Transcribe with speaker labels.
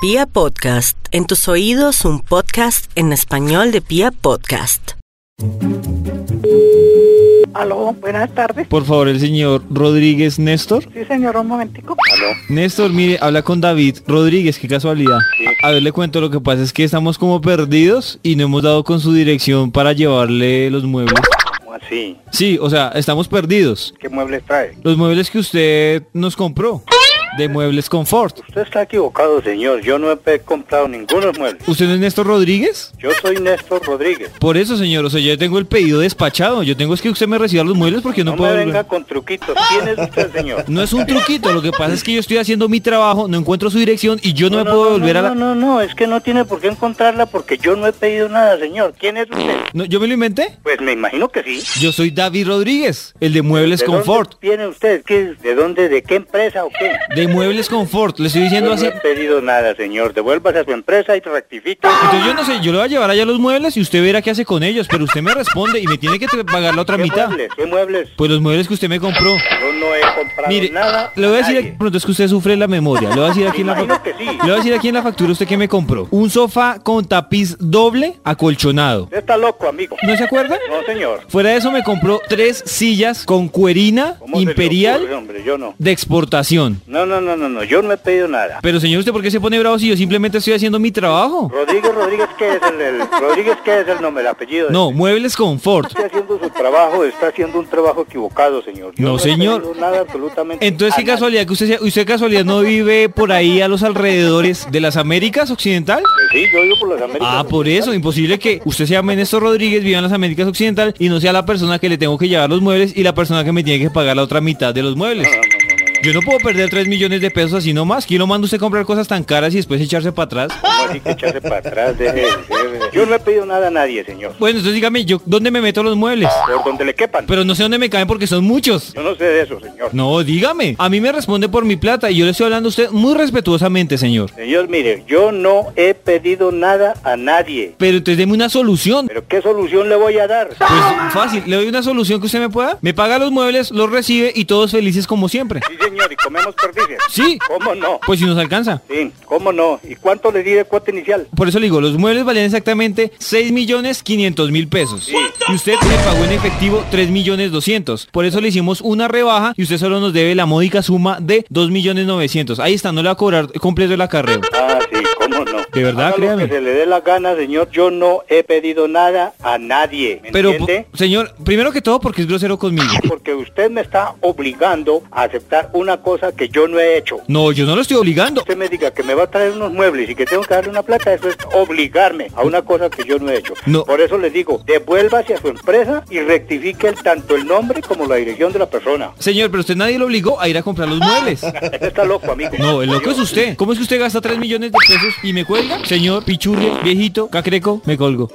Speaker 1: Pia Podcast, en tus oídos un podcast en español de Pia Podcast.
Speaker 2: Aló, buenas tardes.
Speaker 3: Por favor, el señor Rodríguez Néstor.
Speaker 2: Sí, señor, un momentico.
Speaker 4: Aló,
Speaker 3: Néstor, mire, habla con David Rodríguez, qué casualidad. A ver, le cuento, lo que pasa es que estamos como perdidos y no hemos dado con su dirección para llevarle los muebles.
Speaker 4: ¿cómo así?
Speaker 3: Sí, o sea, estamos perdidos.
Speaker 4: ¿Qué muebles trae?
Speaker 3: Los muebles que usted nos compró, de Muebles Confort.
Speaker 4: Usted está equivocado, señor. Yo no he comprado ningunos muebles.
Speaker 3: ¿Usted no es Néstor Rodríguez?
Speaker 4: Yo soy Néstor Rodríguez.
Speaker 3: Por eso, señor, o sea, yo tengo el pedido despachado. Yo tengo es que usted me reciba los muebles porque no,
Speaker 4: No,
Speaker 3: puedo...
Speaker 4: me venga con truquitos. ¿Quién es usted, señor?
Speaker 3: No es un truquito, lo que pasa es que yo estoy haciendo mi trabajo, no encuentro su dirección y yo no, me puedo volver a la...
Speaker 4: No, no, no, es que no tiene por qué encontrarla porque yo no he pedido nada, señor. ¿Quién es usted?
Speaker 3: No, ¿Yo me lo inventé?
Speaker 4: Pues me imagino que sí.
Speaker 3: Yo soy David Rodríguez, el de Muebles
Speaker 4: ¿De dónde
Speaker 3: Confort.
Speaker 4: viene usted? ¿Qué- ¿De dónde? ¿De qué empresa o qué?
Speaker 3: De Muebles Confort, le estoy diciendo
Speaker 4: Yo
Speaker 3: así.
Speaker 4: no he pedido nada, señor. Devuélvase a su empresa y rectifique.
Speaker 3: Entonces yo no sé, yo le voy a llevar allá los muebles y usted verá qué hace con ellos, pero usted me responde y me tiene que tra- pagar la otra
Speaker 4: ¿Qué
Speaker 3: mitad.
Speaker 4: muebles? ¿Qué muebles?
Speaker 3: Pues los muebles que usted me compró.
Speaker 4: Yo no he comprado
Speaker 3: Mire,
Speaker 4: nada.
Speaker 3: le voy a decir aquí,
Speaker 4: nadie.
Speaker 3: pronto es que usted sufre la memoria. Le voy a decir aquí en la
Speaker 4: Me
Speaker 3: fa-
Speaker 4: imagino que sí.
Speaker 3: le voy a decir aquí en la factura usted que me compró. Un sofá con tapiz doble acolchonado.
Speaker 4: Usted está loco, amigo.
Speaker 3: ¿No se acuerda?
Speaker 4: No, señor.
Speaker 3: Fuera de eso me compró tres sillas con cuerina
Speaker 4: ¿Cómo se le ocurre,
Speaker 3: imperial
Speaker 4: hombre, yo no.
Speaker 3: de exportación.
Speaker 4: No, no, no, no, no, yo no he pedido nada.
Speaker 3: Pero señor, ¿usted por qué se pone bravo si yo simplemente estoy haciendo mi trabajo?
Speaker 4: Rodríguez Rodríguez, ¿qué es el, el- Rodríguez, qué es el nombre, el apellido?
Speaker 3: No, muebles confort.
Speaker 4: Está haciendo su trabajo, está haciendo un trabajo equivocado, señor. Yo
Speaker 3: No,
Speaker 4: he
Speaker 3: señor.
Speaker 4: pedido nada absolutamente.
Speaker 3: Entonces,
Speaker 4: a
Speaker 3: ¿qué
Speaker 4: nadie.
Speaker 3: casualidad que usted, sea- usted casualidad no vive por ahí a los alrededores de las Américas Occidental?
Speaker 4: Pues sí, yo vivo por las Américas. pues
Speaker 3: Ah, por eso, imposible que usted sea Néstor Rodríguez, viva en las Américas Occidental y no sea la persona que le tengo que llevar los muebles y la persona que me tiene que pagar la otra mitad de los muebles.
Speaker 4: No, no, no, no, no.
Speaker 3: Yo no puedo perder 3 millones de pesos así nomás. ¿Quién lo manda usted a comprar cosas tan caras y después echarse para atrás?
Speaker 4: ¿Cómo así que echarse para atrás? Deje- deje- Yo no he pedido nada a nadie, señor.
Speaker 3: Bueno, entonces dígame, ¿yo dónde me meto los muebles?
Speaker 4: Por donde le quepan.
Speaker 3: Pero no sé dónde me caen porque son muchos.
Speaker 4: Yo no sé de eso, señor.
Speaker 3: No, dígame. A mí me responde por mi plata y yo le estoy hablando a usted muy respetuosamente, señor.
Speaker 4: Señor, mire, yo no he pedido nada a nadie.
Speaker 3: Pero entonces deme una solución.
Speaker 4: Pero ¿qué solución le voy a dar?
Speaker 3: Pues fácil, le doy una solución que usted me pueda. Me paga los muebles, los recibe y todos felices como siempre.
Speaker 4: Sí, señor, y comemos perdices.
Speaker 3: Sí,
Speaker 4: ¿Cómo no?
Speaker 3: pues si nos alcanza.
Speaker 4: Sí, ¿cómo no? ¿Y cuánto le di de cuota inicial?
Speaker 3: Por eso le digo, los muebles valían exactamente 6 millones 500 mil pesos.
Speaker 4: Sí.
Speaker 3: Y usted me pagó en efectivo 3 millones 200. Por eso le hicimos una rebaja y usted solo nos debe la módica suma de 2 millones 900. Ahí está, no le va a cobrar completo el acarreo.
Speaker 4: Ah, sí, ¿cómo no?
Speaker 3: De verdad,
Speaker 4: Haga
Speaker 3: créame.
Speaker 4: Lo que se le dé la gana, señor, yo no he pedido nada a nadie, ¿me
Speaker 3: Pero,
Speaker 4: entiende?
Speaker 3: po- señor, primero que todo porque es grosero conmigo.
Speaker 4: Porque usted me está obligando a aceptar una cosa que yo no he hecho.
Speaker 3: No, yo no lo estoy obligando.
Speaker 4: Usted me diga que me va a traer unos muebles y que tengo que darle una plata, eso es obligarme a una cosa que yo no he hecho.
Speaker 3: No.
Speaker 4: Por eso le digo, devuélvase a su empresa y rectifique el- tanto el nombre como la dirección de la persona.
Speaker 3: Señor, pero usted nadie lo obligó a ir a comprar los muebles.
Speaker 4: Está loco, amigo.
Speaker 3: No, el loco es usted. ¿Cómo es que usted gasta 3 millones de pesos y me cuelga? Señor, pichurri, viejito, cacreco, me colgo.